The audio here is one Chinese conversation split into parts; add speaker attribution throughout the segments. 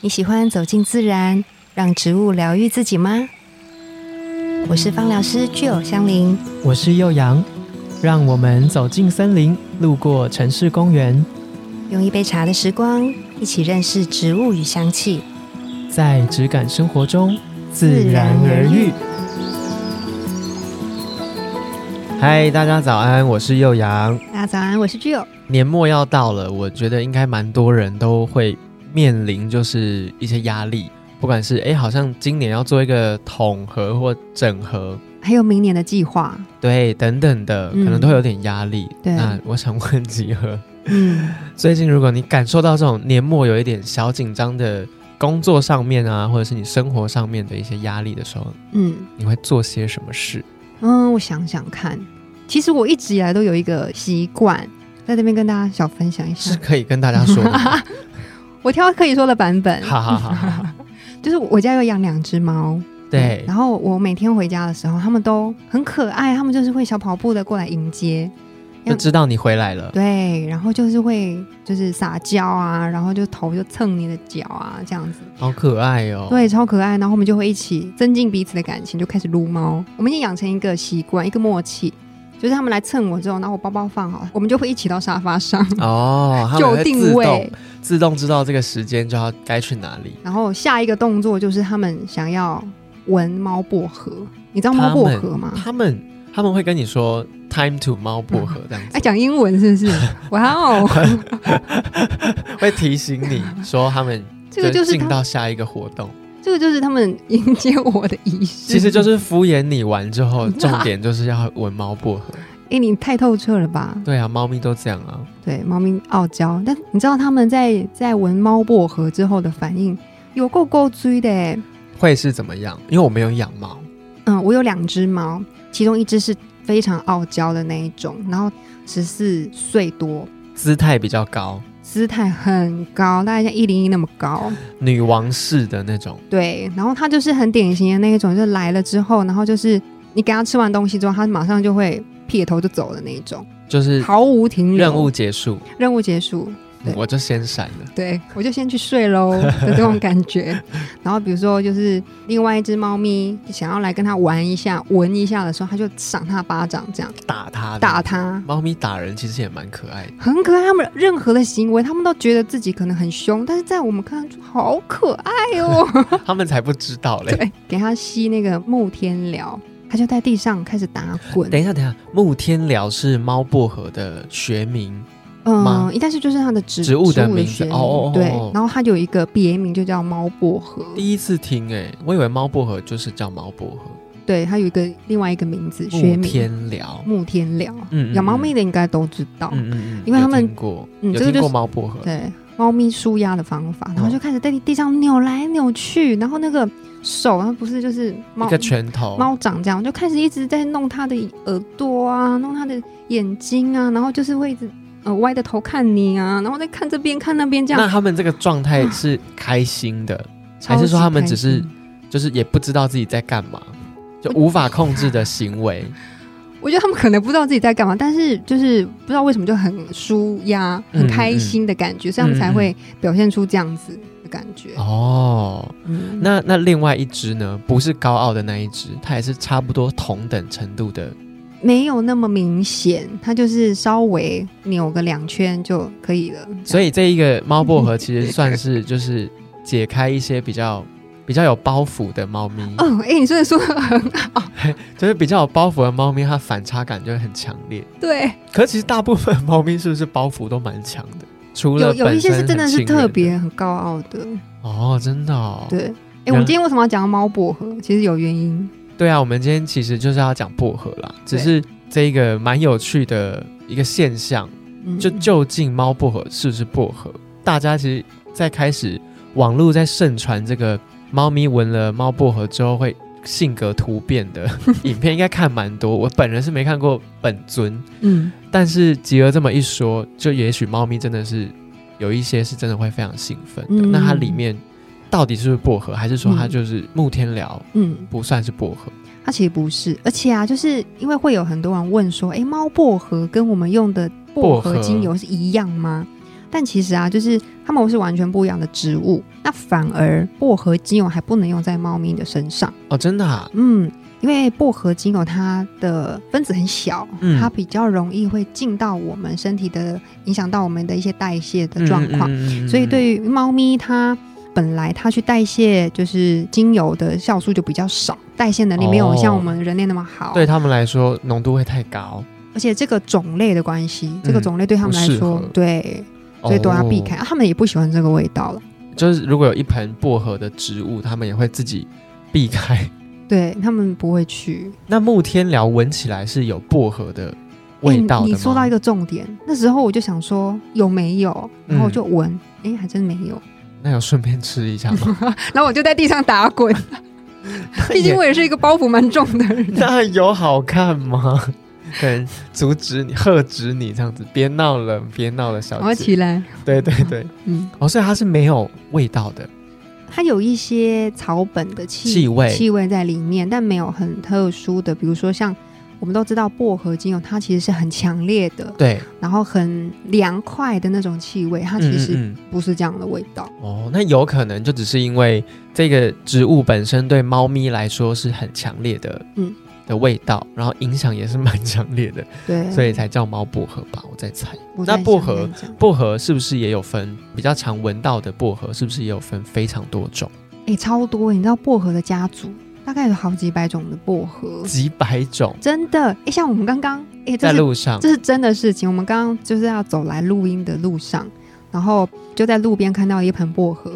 Speaker 1: 你喜欢走进自然，让植物疗愈自己吗？我是芳疗师具有香林，
Speaker 2: 我是幼阳，让我们走进森林，路过城市公园，
Speaker 1: 用一杯茶的时光，一起认识植物与香气。
Speaker 2: 在质感生活中自然而愈。嗨，大家早安，我是幼阳。
Speaker 1: 大家早安，我是具有。
Speaker 2: 年末要到了，我觉得应该蛮多人都会面临就是一些压力，不管是哎，好像今年要做一个统合或整合，
Speaker 1: 还有明年的计划，
Speaker 2: 对，等等的，可
Speaker 1: 嗯
Speaker 2: 能都会有点压力。
Speaker 1: 对
Speaker 2: 那我想问集合，
Speaker 1: 嗯，
Speaker 2: 最近如果你感受到这种年末有一点小紧张的工作上面啊，或者是你生活上面的一些压力的时候，
Speaker 1: 嗯
Speaker 2: 你会做些什 么事？
Speaker 1: 嗯，我想想看，其实我一直以来都有一个习惯，在这边跟大家小分享一
Speaker 2: 是
Speaker 1: 下。
Speaker 2: 可以跟大家说的 吗，
Speaker 1: 我挑可以说的版本，
Speaker 2: 哈哈哈哈哈。
Speaker 1: 就是我家有养两只猫，
Speaker 2: 对
Speaker 1: 然，后我每天回家的时候，它们都很可爱，它们就是会小跑步的过来迎接，
Speaker 2: 就知道你回来了。
Speaker 1: 对，然后就是会就是撒娇啊，然后就头就蹭你的脚啊，这样子，
Speaker 2: 好可爱哦！，
Speaker 1: 对，超可爱。然后我们就会一起增进彼此的感情，就开始撸猫。我们已经养成一个习惯，一个默契，就是他们来蹭我之后，然后我包包放好，我们就会一起到沙发上
Speaker 2: 哦，他们
Speaker 1: 就
Speaker 2: 会
Speaker 1: 定
Speaker 2: 自
Speaker 1: 位
Speaker 2: 动。自动知道这个时间就要该去哪里。
Speaker 1: 然后下一个动作就是他们想要闻猫薄荷，你知道猫薄荷吗？
Speaker 2: 他们他们会跟你说 time to 猫 薄荷这样子，
Speaker 1: 哎，讲英文 是不是？哇哦，
Speaker 2: 会提醒你说他们
Speaker 1: 这个就是
Speaker 2: 进
Speaker 1: 他，
Speaker 2: 到下一个活动。
Speaker 1: 这个就是他们迎接我的仪式。
Speaker 2: 其实就是敷衍你完之后，重点就是要闻猫薄荷。
Speaker 1: 哎，你太透彻了吧？
Speaker 2: 对啊，猫咪都这样啊。
Speaker 1: 对，猫咪傲娇，但你知道他们在在闻猫薄荷之后的反应有够够追的欸。
Speaker 2: 会是怎么样？因为我没有养猫，
Speaker 1: 嗯，我有两只猫，其中一只是非常傲娇的那一种，然后十四岁多，
Speaker 2: 姿态比较高，
Speaker 1: 姿态很高，大概像一零一那么高。
Speaker 2: 女王式的那种。
Speaker 1: 对，然后它就是很典型的那一种，就来了之后，然后就是你给它吃完东西之后，它马上就会撇头就走的那一种，
Speaker 2: 就是
Speaker 1: 毫无停留。
Speaker 2: 任务结束，嗯
Speaker 1: 任务结束，对
Speaker 2: 我就先闪了。
Speaker 1: 对，我就先去睡 喽的这种感觉。然后比如说，就是另外一只猫咪想要来跟它玩一下、闻一下的时候，它就赏它巴掌，这样
Speaker 2: 打它，
Speaker 1: 打。它，
Speaker 2: 猫咪打人其实也蛮可爱的，
Speaker 1: 很可爱。它们任何的行为，它们都觉得自己可能很凶，但是在我们看来就好可爱 哦。
Speaker 2: 他们才不知道 嘞。
Speaker 1: 对，给它吸那个木天聊，它就在地上开始打滚。
Speaker 2: 等一下，等一下，木天聊是猫薄荷的学名，
Speaker 1: 嗯
Speaker 2: 吗，
Speaker 1: 应该是就是它的植
Speaker 2: 植物的名字
Speaker 1: 学名
Speaker 2: 哦哦哦
Speaker 1: 对
Speaker 2: 哦，
Speaker 1: 然后它有一个别名，就叫猫薄荷。
Speaker 2: 第一次听诶，我以为猫薄荷就是叫猫薄荷。
Speaker 1: 对，它有一个另外一个名字，学
Speaker 2: 木
Speaker 1: 名。
Speaker 2: 天聊，
Speaker 1: 木天聊，
Speaker 2: 嗯嗯
Speaker 1: 养猫咪的应该都知道，
Speaker 2: 嗯嗯嗯，
Speaker 1: 因为它们
Speaker 2: 有听过，
Speaker 1: 嗯
Speaker 2: 有
Speaker 1: 这个
Speaker 2: 听
Speaker 1: 就是
Speaker 2: 过猫薄荷，
Speaker 1: 对，猫咪舒压的方法，然后就
Speaker 2: 哦
Speaker 1: 开始在地上扭来扭去，然后那个手，它不是就是猫
Speaker 2: 一个拳头，
Speaker 1: 猫掌这样，就开始一直在弄它的耳朵啊，弄它的眼睛啊，然后就是会一直呃歪着头看你啊，然后再看这边看那边这
Speaker 2: 那
Speaker 1: 样，
Speaker 2: 他们这个状态是开心的，
Speaker 1: 嗯
Speaker 2: 还
Speaker 1: 超
Speaker 2: 是
Speaker 1: 级
Speaker 2: 说他们
Speaker 1: 开
Speaker 2: 只是
Speaker 1: 心？
Speaker 2: 就是也不知道自己在干嘛，就无法控制的行 为，
Speaker 1: 我觉得他们可能不知道自己在干嘛，但是就是不知道为什么就很舒压、很
Speaker 2: 嗯
Speaker 1: 开心的感觉，所以他们才会表现出这样子的感觉。
Speaker 2: 哦，
Speaker 1: 嗯
Speaker 2: 那那另外一只呢？不是高傲的那一只，它也是差不多同等程度的。
Speaker 1: 嗯没有那么明显，它就是稍微扭个两圈就可以了。
Speaker 2: 所以这一个猫薄荷其实算是就是解开一些比较比较有包袱的猫咪，
Speaker 1: 哦，哎、你真的说的很
Speaker 2: 就是比较有包袱的猫咪，它反差感就会很强烈。
Speaker 1: 对，
Speaker 2: 可其实大部分猫咪是不是包袱都蛮强的？除了
Speaker 1: 有有一些是
Speaker 2: 本身
Speaker 1: 真的是
Speaker 2: 很亲人
Speaker 1: 特别很高傲的，
Speaker 2: 哦，真的哦。
Speaker 1: 对。哎、我
Speaker 2: 原来
Speaker 1: 们今天为什么要讲猫薄荷？其实有原因，
Speaker 2: 对啊，我们今天其实就是要讲薄荷啦，只
Speaker 1: 对
Speaker 2: 是这一个蛮有趣的一个现象，
Speaker 1: 嗯
Speaker 2: 就究竟猫薄荷是不是薄荷？大家其实，在开始网络在盛传这个猫咪闻了猫薄荷之后会性格突变 的影片，应该看蛮多。我本人是没看过本尊，
Speaker 1: 嗯，
Speaker 2: 但是吉儿这么一说，就也许猫咪真的是有一些是真的会非常兴奋的。
Speaker 1: 嗯
Speaker 2: 那它里面到底是不是薄荷，还是说它
Speaker 1: 嗯
Speaker 2: 就是木天聊
Speaker 1: 嗯，
Speaker 2: 不算是薄荷？
Speaker 1: 它其实不是，而且啊，就是因为会有很多人问说，哎、猫薄荷跟我们用的薄荷精油是一样吗？但其实啊，就是它们是完全不一样的植物，那反而薄荷精油还不能用在猫咪的身上。
Speaker 2: 哦，真的啊，
Speaker 1: 嗯，因为薄荷精油它的分子很小，
Speaker 2: 嗯
Speaker 1: 它比较容易会进到我们身体的，影响到我们的一些代谢的状况。
Speaker 2: 嗯
Speaker 1: 所以对于猫咪，它本来它去代谢就是精油的酵素就比较少，代谢能力没有
Speaker 2: 哦
Speaker 1: 像我们人类那么好。
Speaker 2: 对他们来说浓度会太高，
Speaker 1: 而且这个种类的关系，这个种类对他们来
Speaker 2: 嗯不
Speaker 1: 说，
Speaker 2: 适合
Speaker 1: 对，所以都要避
Speaker 2: 哦
Speaker 1: 开、啊他们也不喜欢这个味道了。
Speaker 2: 就是如果有一盆薄荷的植物，他们也会自己避开。
Speaker 1: 对他们不会去
Speaker 2: 那木天聊闻起来是有薄荷的味道
Speaker 1: 诶
Speaker 2: 的
Speaker 1: 你你
Speaker 2: 吗？
Speaker 1: 说到一个重点，那时候我就想说有没有，然后我
Speaker 2: 嗯
Speaker 1: 就闻，哎、还真没有。
Speaker 2: 那有顺便吃一下吗？
Speaker 1: 然后我就在地上打 滚，毕竟我也是一个包袱蛮重的人。
Speaker 2: 那有好看吗？ 可能阻止你、喝止你这样子，别闹了，别闹了，
Speaker 1: 然后
Speaker 2: 小姐。
Speaker 1: 起来，
Speaker 2: 对对 对，
Speaker 1: 嗯，
Speaker 2: 哦，所以它是没有味道的，
Speaker 1: 它有一些草本的气
Speaker 2: 气味
Speaker 1: 气味在里面，但没有很特殊的，比如说像。我们都知道薄荷精油，它其实是很强烈的，
Speaker 2: 对，
Speaker 1: 然后很凉快的那种气味，它其实
Speaker 2: 嗯嗯嗯
Speaker 1: 不是这样的味道。
Speaker 2: 哦，那有可能就只是因为这个植物本身对猫咪来说是很强烈的，
Speaker 1: 嗯
Speaker 2: 的味道，然后影响也是蛮强烈的，
Speaker 1: 对，
Speaker 2: 所以才叫猫薄荷吧，我在猜。
Speaker 1: 我在
Speaker 2: 那薄
Speaker 1: 想
Speaker 2: 荷
Speaker 1: 在讲
Speaker 2: 薄荷是不是也有分比较常闻到的薄荷？是不是也有分非常多种，
Speaker 1: 哎、超多，你知道薄荷的家族大概有好几百种的薄荷，
Speaker 2: 几百种
Speaker 1: 真的。哎、像我们刚刚，哎、这
Speaker 2: 在
Speaker 1: 是
Speaker 2: 路上？
Speaker 1: 这是真的事情。我们刚刚就是要走来录音的路上，然后就在路边看到一盆薄荷，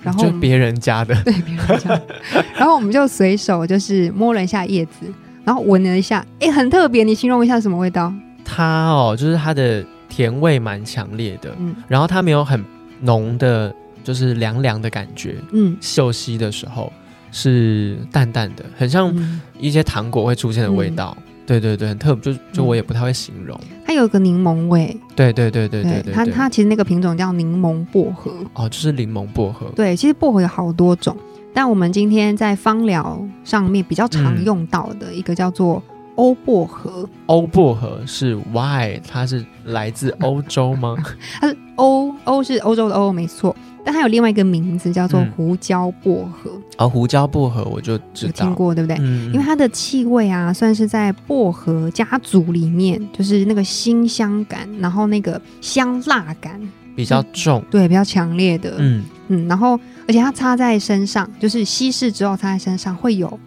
Speaker 1: 然后我
Speaker 2: 就
Speaker 1: 们
Speaker 2: 别人家的，
Speaker 1: 对别人讲， 然后我们就随手就是摸了一下叶子，然后闻了一下，哎、很特别。你形容一下什么味道？
Speaker 2: 它哦，就是它的甜味蛮强烈的，
Speaker 1: 嗯
Speaker 2: 然后它没有很浓的，就是凉凉的感觉。
Speaker 1: 嗯。
Speaker 2: 嗅吸的时候是淡淡的，很像
Speaker 1: 嗯
Speaker 2: 一些糖果会出现的味道。对对对，很特别，就就我也不太会形容。
Speaker 1: 它有一个柠檬味，
Speaker 2: 对对对对对对，
Speaker 1: 它
Speaker 2: 对
Speaker 1: 它其实那个品种叫柠檬薄荷，
Speaker 2: 哦，就是柠檬薄荷。
Speaker 1: 对，其实薄荷有好多种，但我们今天在芳疗上面比较常
Speaker 2: 嗯
Speaker 1: 用到的一个叫做欧薄荷，
Speaker 2: 欧薄荷是 why，它是来自欧洲吗？
Speaker 1: 它是欧欧是欧洲的欧，没错，但它有另外一个名字叫做
Speaker 2: 嗯
Speaker 1: 胡椒薄荷，
Speaker 2: 哦，胡椒薄荷我就知
Speaker 1: 有
Speaker 2: 道
Speaker 1: 听，过对不对？
Speaker 2: 嗯，
Speaker 1: 因为它的气味啊，算是在薄荷家族里面，就是那个辛香感，然后那个香辣感，
Speaker 2: 比较重，
Speaker 1: 对，比较强烈的，
Speaker 2: 嗯，
Speaker 1: 嗯，然后而且它擦在身上，就是稀释之后擦在身上会有，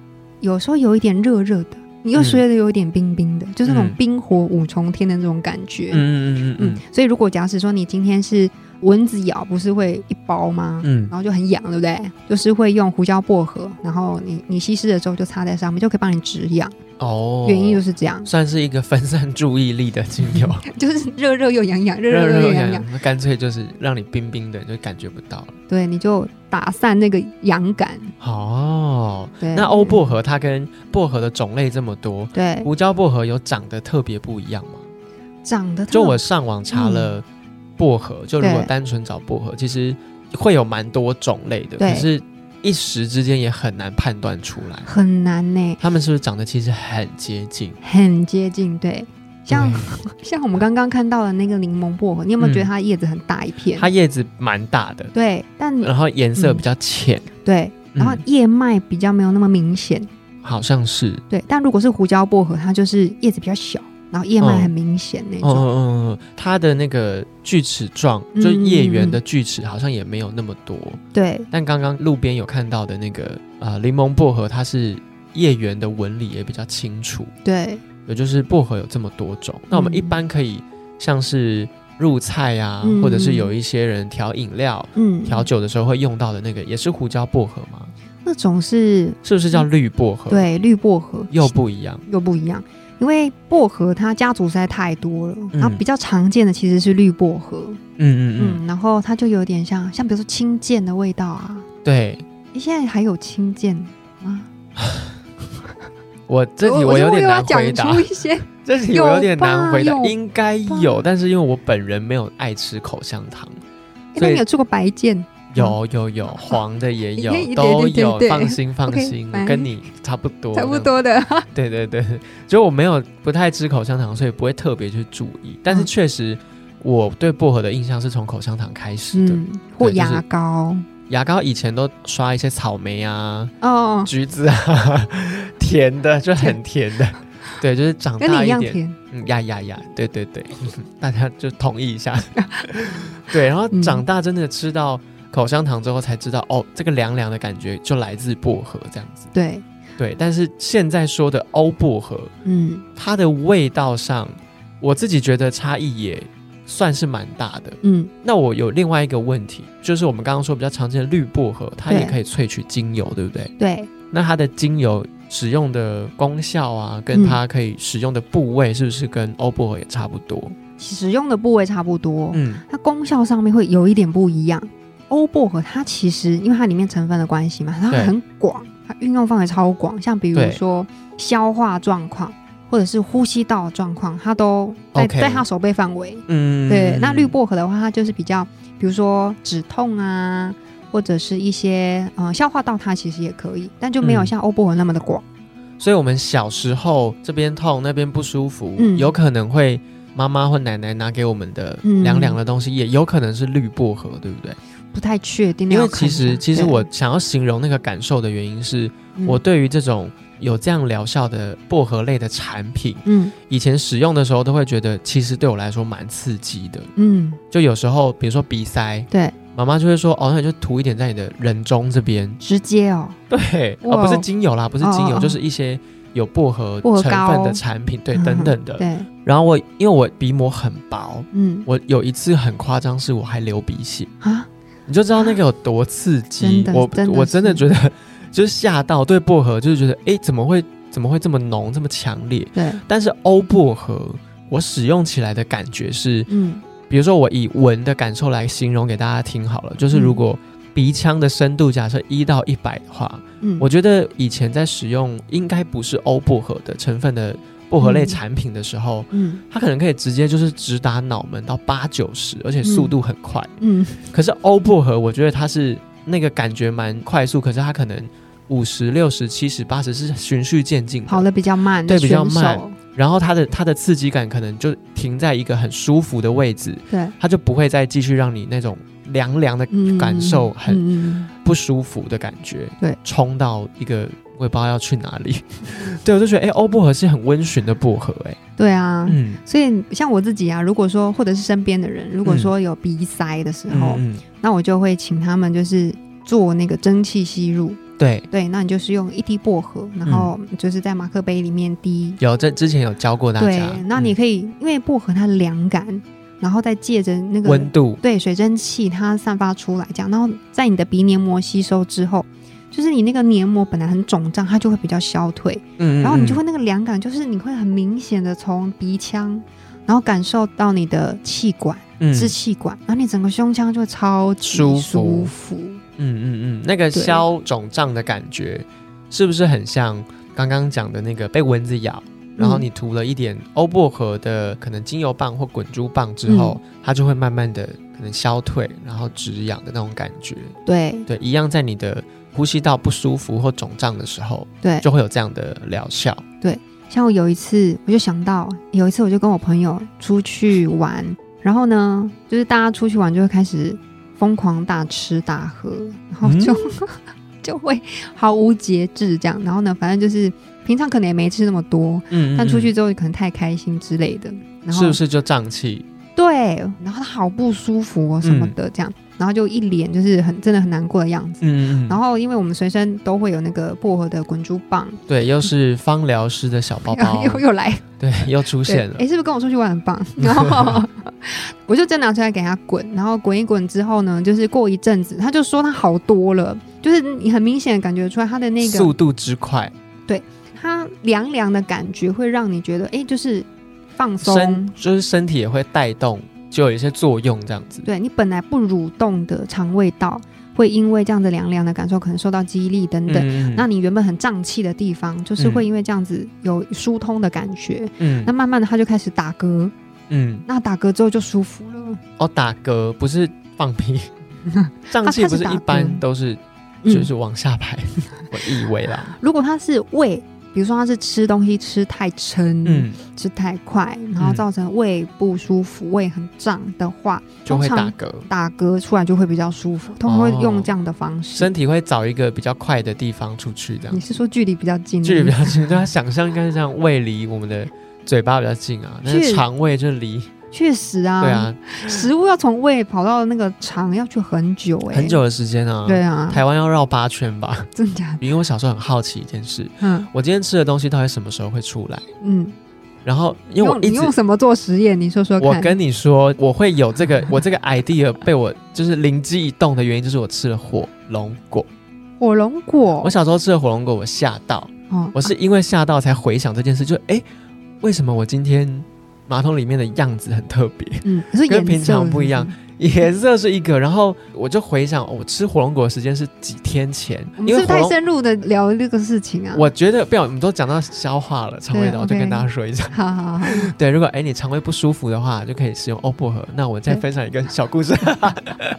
Speaker 1: 有时候有一点热热的，你又
Speaker 2: 嗯
Speaker 1: 觉得有一点冰冰的，就是那种
Speaker 2: 嗯
Speaker 1: 冰火五重天的那种感觉。
Speaker 2: 嗯嗯嗯
Speaker 1: 嗯
Speaker 2: 嗯
Speaker 1: 所以如果假使说你今天是蚊子咬，不是会一包吗？
Speaker 2: 嗯，
Speaker 1: 然后就很痒，对不对？就是会用胡椒薄荷，然后你你稀释了之后就擦在上面，就可以帮你止痒。
Speaker 2: 哦，
Speaker 1: 原因就是这 样，
Speaker 2: 算是一个分散注意力的精油，
Speaker 1: 就是热热又痒痒，热
Speaker 2: 热
Speaker 1: 热
Speaker 2: 热
Speaker 1: 又
Speaker 2: 痒
Speaker 1: 痒痒
Speaker 2: 痒，，那干脆就是让你冰冰的，就感觉不到了。
Speaker 1: 对，你就打散那个痒感。
Speaker 2: 哦，
Speaker 1: 对，
Speaker 2: 那欧薄荷它跟薄荷的种类这么多，
Speaker 1: 对
Speaker 2: 胡椒薄荷有长得特别不一样吗？
Speaker 1: 长得特嗯
Speaker 2: 就我上网查了薄荷，就如果单纯找薄荷，其实会有蛮多种类的，
Speaker 1: 对
Speaker 2: 可是一时之间也很难判断出来，
Speaker 1: 很难呢、
Speaker 2: 它们是不是长得其实很接近？
Speaker 1: 很接近，对。像
Speaker 2: 对
Speaker 1: 像我们刚刚看到的那个柠檬薄荷，你有没有
Speaker 2: 嗯
Speaker 1: 觉得它叶子很大一片？
Speaker 2: 它叶子蛮大的，
Speaker 1: 对，但
Speaker 2: 然后颜色比较浅，
Speaker 1: 对，嗯然后
Speaker 2: 呃嗯
Speaker 1: 叶脉比较没有那么明显，
Speaker 2: 好像是，
Speaker 1: 对。但如果是胡椒薄荷，它就是叶子比较小，然后叶脉
Speaker 2: 嗯
Speaker 1: 很明显那
Speaker 2: 嗯嗯
Speaker 1: 种。
Speaker 2: 嗯，嗯它的那个锯齿状，
Speaker 1: 嗯
Speaker 2: 就是叶缘的锯齿好像也没有那么多，
Speaker 1: 对，
Speaker 2: 但刚刚路边有看到的那个呃柠檬薄荷，它是叶缘的纹理也比较清楚。
Speaker 1: 对，
Speaker 2: 也就是薄荷有这么多种，那我们一般可以像是入菜啊，
Speaker 1: 嗯
Speaker 2: 或者是有一些人调饮料、
Speaker 1: 嗯，
Speaker 2: 调酒的时候会用到的那个，也是胡椒薄荷吗？
Speaker 1: 那种是
Speaker 2: 是不是叫绿薄荷？，
Speaker 1: 嗯对绿薄荷
Speaker 2: 哦又不一样。
Speaker 1: 又不一样，因为薄荷它家族实在太多了，
Speaker 2: 嗯
Speaker 1: 它比较常见的其实是绿薄荷，
Speaker 2: 嗯嗯
Speaker 1: 嗯，然后它就有点像像比如说青剑的味道啊，
Speaker 2: 嗯，对
Speaker 1: 你现在还有青剑吗？
Speaker 2: 我这题
Speaker 1: 我
Speaker 2: 有
Speaker 1: 觉得
Speaker 2: 点
Speaker 1: 又要
Speaker 2: 难
Speaker 1: 讲
Speaker 2: 回答
Speaker 1: 出，一 些，
Speaker 2: 这题我有点难回答
Speaker 1: 有，吧
Speaker 2: 应该
Speaker 1: 有
Speaker 2: 有，
Speaker 1: 吧
Speaker 2: 但是因为我本人没有爱吃口香糖。
Speaker 1: 那
Speaker 2: 所以
Speaker 1: 你有吃过白剑？
Speaker 2: 有有有，黄的也 有
Speaker 1: 对，对
Speaker 2: 都
Speaker 1: 对对
Speaker 2: 有，
Speaker 1: 对
Speaker 2: 放心放
Speaker 1: OK，
Speaker 2: 心，
Speaker 1: 拜
Speaker 2: 我跟你差不多，
Speaker 1: 差不多的，
Speaker 2: 对对对，就我没有不太吃口香糖，所以不会特别去注意。但是
Speaker 1: 嗯
Speaker 2: 确实，我对薄荷的印象是从口香糖开始的。
Speaker 1: 嗯，或
Speaker 2: 对就是
Speaker 1: 牙膏、
Speaker 2: 牙膏以前都刷一些草莓啊、
Speaker 1: 哦，
Speaker 2: 橘子啊， 甜的就很甜的。对，就是长
Speaker 1: 跟你
Speaker 2: 大
Speaker 1: 一
Speaker 2: 一
Speaker 1: 样
Speaker 2: 点，
Speaker 1: 甜，
Speaker 2: 嗯呀呀呀，对对对，大家就同意一下。对，然后
Speaker 1: 嗯
Speaker 2: 长大真的吃到口香糖之后，才知道哦，这个凉凉的感觉就来自薄荷这样子。
Speaker 1: 对，
Speaker 2: 对，但是现在说的欧薄荷，
Speaker 1: 嗯
Speaker 2: 它的味道上，我自己觉得差异也算是蛮大的。
Speaker 1: 嗯，
Speaker 2: 那我有另外一个问题，就是我们刚刚说比较常见的绿薄荷，它
Speaker 1: 对
Speaker 2: 也可以萃取精油，对不对？
Speaker 1: 对，
Speaker 2: 那它的精油使用的功效啊，跟
Speaker 1: 嗯
Speaker 2: 它可以使用的部位是不是跟欧薄荷也差不多？
Speaker 1: 使用的部位差不多，
Speaker 2: 嗯，
Speaker 1: 它功效上面会有一点不一样。欧薄荷它其实因为它里面成分的关系嘛，它
Speaker 2: 对
Speaker 1: 很广，它运用范围超广，像比如
Speaker 2: 对
Speaker 1: 说消化状况或者是呼吸道状况，它都在
Speaker 2: OK
Speaker 1: 在它手背范围。
Speaker 2: 嗯，
Speaker 1: 对，那绿薄荷的话，它就是比较，比如说止痛啊，或者是一些呃消化道，它其实也可以，但就没有
Speaker 2: 嗯
Speaker 1: 像欧薄荷那么的广。
Speaker 2: 所以我们小时候这边痛那边不舒服，
Speaker 1: 嗯
Speaker 2: 有可能会妈妈或奶奶拿给我们的
Speaker 1: 嗯
Speaker 2: 凉凉的东西，也有可能是绿薄荷，对不对？
Speaker 1: 不太确定。
Speaker 2: 因
Speaker 1: 要
Speaker 2: 为
Speaker 1: 看
Speaker 2: 其
Speaker 1: 一下
Speaker 2: 实其实
Speaker 1: 对
Speaker 2: 我想要形容那个感受的原因是，
Speaker 1: 嗯
Speaker 2: 我对于这种有这样疗效的薄荷类的产品，
Speaker 1: 嗯
Speaker 2: 以前使用的时候都会觉得，其实对我来说蛮刺激的。
Speaker 1: 嗯
Speaker 2: 就有时候，比如说鼻塞，
Speaker 1: 对，
Speaker 2: 妈妈就会说，哦，那你就涂一点在你的人中这边，
Speaker 1: 直接哦，
Speaker 2: 对，
Speaker 1: 哇
Speaker 2: 哦，不是精油啦，不是精
Speaker 1: 哦
Speaker 2: 油，
Speaker 1: 哦哦
Speaker 2: 就是一些有薄荷
Speaker 1: 薄荷
Speaker 2: 成
Speaker 1: 膏
Speaker 2: 分的产品，对，
Speaker 1: 嗯
Speaker 2: 等等的。
Speaker 1: 对，
Speaker 2: 然后我因为我鼻膜很薄，
Speaker 1: 嗯
Speaker 2: 我有一次很夸张，是我还流鼻血，
Speaker 1: 啊，
Speaker 2: 你就知道那个有多刺
Speaker 1: 真。
Speaker 2: 激
Speaker 1: 的
Speaker 2: 我
Speaker 1: 真的
Speaker 2: 我真的
Speaker 1: 是
Speaker 2: 觉得 就是吓到，对薄荷就是觉得，诶，怎么会怎么会这么浓这么强烈？
Speaker 1: 对，
Speaker 2: 但是欧薄荷，我使用起来的感觉是，
Speaker 1: 嗯
Speaker 2: 比如说我以闻的感受来形容给大家听好了，就是
Speaker 1: 嗯
Speaker 2: 如果鼻腔的深度假设一到一百的话，
Speaker 1: 嗯，
Speaker 2: 我觉得以前在使用应该不是欧薄荷的成分的薄荷类产品的时候，
Speaker 1: 嗯
Speaker 2: 它可能可以直接就是直达脑门到八九十，而且速度很快。
Speaker 1: 嗯
Speaker 2: 可是欧薄荷，我觉得它是那个感觉蛮快速，可是它可能五十六十七十八十是循序渐进
Speaker 1: 跑
Speaker 2: 的，
Speaker 1: 的比较慢，
Speaker 2: 对比较
Speaker 1: 选手
Speaker 2: 慢，然后它的它的刺激感可能就停在一个很舒服的位置，
Speaker 1: 对，
Speaker 2: 它就不会再继续让你那种凉凉的
Speaker 1: 嗯，
Speaker 2: 感受很
Speaker 1: 嗯，嗯
Speaker 2: 不舒服的感觉，
Speaker 1: 对，
Speaker 2: 冲到一个我也不知道要去哪里， 对我就觉得，哎、欧薄荷是很温驯的薄荷、哎，
Speaker 1: 嗯对啊。
Speaker 2: 嗯，
Speaker 1: 所以，像我自己啊，如果说或者是身边的人，如果说有鼻塞的时候，
Speaker 2: 嗯
Speaker 1: 那我就会请他们就是做那个蒸汽吸入。
Speaker 2: 嗯，对，
Speaker 1: 对，那你就是用一滴薄荷，
Speaker 2: 嗯
Speaker 1: 然后就是在马克杯里面滴。
Speaker 2: 有这之前有教过大
Speaker 1: 对
Speaker 2: 家，，
Speaker 1: 那你
Speaker 2: 嗯
Speaker 1: 可以，因为薄荷它的凉感，然后再借着那个
Speaker 2: 温度，
Speaker 1: 对水蒸气它散发出来，这样，然后在你的鼻黏膜吸收之后，就是你那个黏膜本来很肿胀，它就会比较消退，
Speaker 2: 嗯，嗯
Speaker 1: 然后你就
Speaker 2: 嗯
Speaker 1: 会那个凉感，就是你会很明显的从鼻腔，然后感受到你的气管、
Speaker 2: 嗯
Speaker 1: 支气管，然后你整个胸腔就会超级
Speaker 2: 舒服
Speaker 1: 舒服。
Speaker 2: 嗯嗯嗯，那个
Speaker 1: 对
Speaker 2: 消肿胀的感觉，是不是很像刚刚讲的那个被蚊子咬？然后
Speaker 1: 嗯
Speaker 2: 你涂了一点欧薄荷的可能精油棒或滚珠棒之后，
Speaker 1: 嗯
Speaker 2: 它就会慢慢的可能消退，然后止痒的那种感觉。
Speaker 1: 对
Speaker 2: 对，一样在你的呼吸道不舒服或肿胀的时候，
Speaker 1: 对，
Speaker 2: 就会有这样的疗效。
Speaker 1: 像我有一次，我就想到有一次，我就跟我朋友出去玩，然后呢，就是大家出去玩就会开始疯狂大吃大喝，然
Speaker 2: 嗯
Speaker 1: 后就、 就会毫无节制这样。然后呢，反正就是平常可能也没吃那么多，
Speaker 2: 嗯
Speaker 1: 但出去之后可能太开心之类的，然后
Speaker 2: 是不是就胀气？
Speaker 1: 对，然后他好不舒服哦什么的这样，然后就一脸就是很真的很难过的样子。
Speaker 2: 嗯
Speaker 1: 然后，因为我们随身都会有那个薄荷的滚珠棒，
Speaker 2: 对，又是芳疗师的小包 包，
Speaker 1: 又又来
Speaker 2: 对，又出
Speaker 1: 对，哎
Speaker 2: 现了
Speaker 1: 诶，。是不是跟我出去玩很棒？ 然后我就真拿出来给他滚，然后滚一滚之后呢，就是过一阵子，他就说他好多了，就是你很明显地感觉出来他的那
Speaker 2: 速
Speaker 1: 个
Speaker 2: 度之快，
Speaker 1: 他凉凉的感觉，会让你觉得诶，就是放松
Speaker 2: 身。就是身体也会带动，就有一些作用这样子。
Speaker 1: 对你本来不蠕动的肠胃道，会因为这样子凉凉的感受，可能受到激励等等。
Speaker 2: 嗯，
Speaker 1: 那你原本很胀气的地方，就是
Speaker 2: 嗯
Speaker 1: 会因为这样子有疏通的感觉。
Speaker 2: 嗯
Speaker 1: 那慢慢的，他就开始打嗝，
Speaker 2: 嗯，
Speaker 1: 那打嗝之后就舒服了。
Speaker 2: 哦，打嗝不是放 屁，胀
Speaker 1: 他
Speaker 2: 气
Speaker 1: 他
Speaker 2: 不
Speaker 1: 是
Speaker 2: 是
Speaker 1: 打
Speaker 2: 一
Speaker 1: 嗝
Speaker 2: 般都是
Speaker 1: 嗯
Speaker 2: 就是往下排，我以为啦。
Speaker 1: 如果它是胃比如说他是吃东西吃太撑，
Speaker 2: 嗯，
Speaker 1: 吃太快，然后
Speaker 2: 嗯
Speaker 1: 造成胃不舒服、胃很胀的话，
Speaker 2: 就会
Speaker 1: 通
Speaker 2: 打
Speaker 1: 常
Speaker 2: 嗝，
Speaker 1: 打嗝出来就会比较舒服，通常会用这样的方式。
Speaker 2: 身体会找一个比较快哦的地方出去，这样
Speaker 1: 你是说距离比较近？
Speaker 2: 距离比较近，对他想象应该是这样，胃离我们的嘴巴比较近啊，但是
Speaker 1: 是
Speaker 2: 肠胃就离，
Speaker 1: 确实啊，
Speaker 2: 对啊，
Speaker 1: 食物要从胃跑到那个肠要去很久哎、
Speaker 2: 很。久的时间啊，
Speaker 1: 对啊，
Speaker 2: 台湾要绕八圈吧。
Speaker 1: 真假的？
Speaker 2: 因为我小时候很好奇一件事，
Speaker 1: 嗯
Speaker 2: 我今天吃的东西到底什么时候会出来？
Speaker 1: 嗯，
Speaker 2: 然后因为我
Speaker 1: 用
Speaker 2: 一
Speaker 1: 你
Speaker 2: 直
Speaker 1: 用什么做实验？你说说
Speaker 2: 我
Speaker 1: 看。
Speaker 2: 跟你说，我会有这个 我这个 idea 被我就是灵机一动的原因，就是我吃了火龙果。
Speaker 1: 火龙果
Speaker 2: 我，小时候吃了火龙果，我吓到，
Speaker 1: 哦
Speaker 2: 我是因为吓到才回想这件事，就哎、诶为什么我今天马桶里面的样子很特别？
Speaker 1: 嗯，可是
Speaker 2: 跟
Speaker 1: 颜
Speaker 2: 平
Speaker 1: 色
Speaker 2: 常
Speaker 1: 是
Speaker 2: 不一
Speaker 1: 是
Speaker 2: 样。颜色是一个，然后我就回想、哦我吃火龙果的时间是几天前，
Speaker 1: 我们
Speaker 2: 因
Speaker 1: 是不
Speaker 2: 为
Speaker 1: 是太
Speaker 2: 火龙。
Speaker 1: 深入的聊这个事情啊。
Speaker 2: 我觉得不要，我们都讲到消化了，肠胃的，我就
Speaker 1: OK
Speaker 2: 跟大家说一下。
Speaker 1: 好好好，
Speaker 2: 对，如果哎你肠胃不舒服的话，就可以使用欧哦薄荷。那我再
Speaker 1: 对
Speaker 2: 分享一个小故事。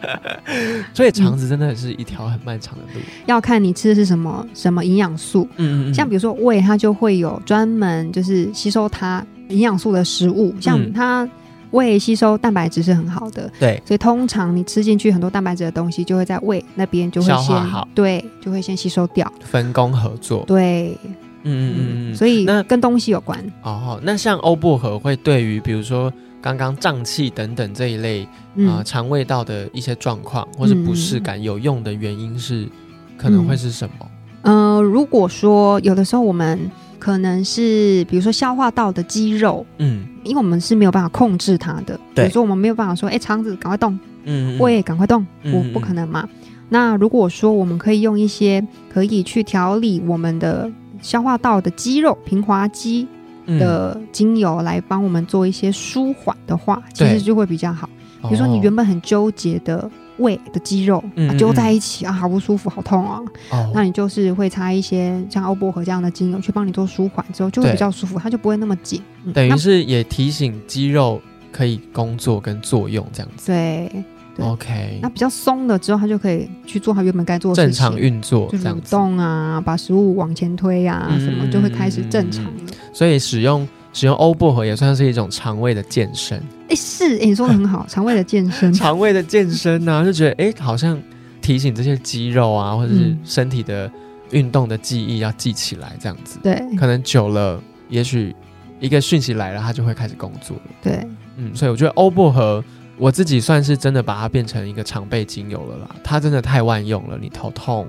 Speaker 2: 所以肠子真的是一条很漫长的路。
Speaker 1: 要看你吃的是什么什么营养素。
Speaker 2: 嗯嗯
Speaker 1: 像比如说胃，它就会有专门就是吸收它营养素的食物，
Speaker 2: 嗯
Speaker 1: 像它胃吸收蛋白质是很好的，
Speaker 2: 对，
Speaker 1: 所以通常你吃进去很多蛋白质的东西，就会在胃那边就会
Speaker 2: 消
Speaker 1: 先
Speaker 2: 化好
Speaker 1: 对，就会先吸收掉，
Speaker 2: 分工合作。
Speaker 1: 对，
Speaker 2: 嗯嗯嗯嗯。
Speaker 1: 所以
Speaker 2: 那
Speaker 1: 跟东西有关，
Speaker 2: 哦，那像欧薄荷会对于比如说刚刚胀气等等这一类啊、
Speaker 1: 嗯，
Speaker 2: 肠胃道的一些状况或是不适感有用的原因是，可能
Speaker 1: 嗯
Speaker 2: 会是什么？
Speaker 1: 呃，如果说有的时候我们可能是比如说消化道的肌肉。
Speaker 2: 嗯
Speaker 1: 因为我们是没有办法控制它的，比
Speaker 2: 对
Speaker 1: 如说我们没有办法说，哎、肠子赶快动，
Speaker 2: 嗯，嗯
Speaker 1: 胃赶快动，
Speaker 2: 嗯
Speaker 1: 我
Speaker 2: 嗯
Speaker 1: 不
Speaker 2: 嗯
Speaker 1: 可能嘛。那如果说我们可以用一些可以去调理我们的消化道的肌肉平滑肌
Speaker 2: 嗯
Speaker 1: 的精油来帮我们做一些舒缓的话，其
Speaker 2: 对哦
Speaker 1: 实就会比较好。比如说你原本很纠结的胃的肌肉、
Speaker 2: 嗯
Speaker 1: 啊
Speaker 2: 嗯
Speaker 1: 揪在一起啊，好不舒服，好痛啊，
Speaker 2: 哦
Speaker 1: 那你就是会擦一些像欧薄荷这样的精油去帮你做舒缓，之后就会
Speaker 2: 对
Speaker 1: 比较舒服，它就不会那么紧。嗯
Speaker 2: 等于
Speaker 1: 那
Speaker 2: 是也提醒肌肉可以工作跟作用这样子。
Speaker 1: 对，对
Speaker 2: OK，
Speaker 1: 那比较松了之后，它就可以去做它原本该做的
Speaker 2: 正
Speaker 1: 事情
Speaker 2: 常。运作
Speaker 1: 就
Speaker 2: 这
Speaker 1: 蠕
Speaker 2: 样子，
Speaker 1: 动啊，把食物往前推啊，
Speaker 2: 嗯
Speaker 1: 什么就会开始正常了。
Speaker 2: 所以使用使用欧薄荷也算是一种肠胃的健身，
Speaker 1: 哎、是，哎、你说的很好，肠胃的健身，
Speaker 2: 肠胃的健身呢、 就觉得哎、诶好像提醒这些肌肉啊，或者是
Speaker 1: 嗯
Speaker 2: 身体的运动的记忆要记起来这样子，
Speaker 1: 对
Speaker 2: 可能久了，也许一个讯息来了，它就会开始工作了。
Speaker 1: 对，
Speaker 2: 嗯，所以我觉得欧薄荷，我自己算是真的把它变成一个常备精油了啦。它真的太万用了，你头痛，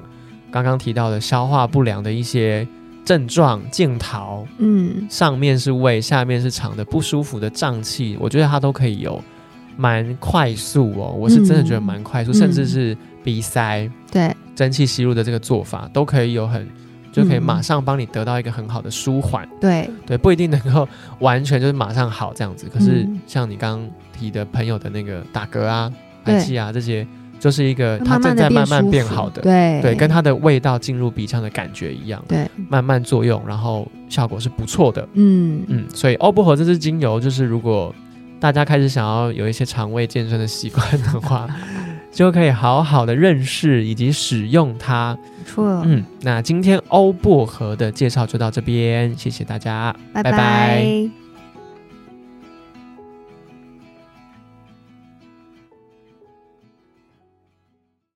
Speaker 2: 刚刚提到的消化不良的一些症状、镜头，
Speaker 1: 嗯，
Speaker 2: 上面是胃，下面是肠的不舒服的胀气，我觉得它都可以有蛮快速哦。我是真的觉得蛮快速，
Speaker 1: 嗯
Speaker 2: 甚至是鼻塞、
Speaker 1: 对，
Speaker 2: 蒸汽吸入的这个做法，都可以有很。就可以马上帮你得到一个很好的舒缓，
Speaker 1: 对，
Speaker 2: 对，不一定能够完全就是马上好这样子。可是
Speaker 1: 嗯
Speaker 2: 像你刚刚提的朋友的那个打嗝啊、
Speaker 1: 对
Speaker 2: 排气啊这些，就是一个它
Speaker 1: 慢慢
Speaker 2: 正在
Speaker 1: 的
Speaker 2: 慢慢变
Speaker 1: 舒服
Speaker 2: 好的，
Speaker 1: 对
Speaker 2: 对，跟它的味道进入鼻腔的感觉一样，
Speaker 1: 对，
Speaker 2: 慢慢作用，然后效果是不错的。
Speaker 1: 嗯
Speaker 2: 嗯，所以欧薄荷这支精油，就是如果大家开始想要有一些肠胃健身的习惯的话， 就可以好好的认识以及使用它。
Speaker 1: 不错，
Speaker 2: 嗯，那今天欧薄荷的介绍就到这边，谢谢大家。拜
Speaker 1: 拜
Speaker 2: 拜
Speaker 1: 拜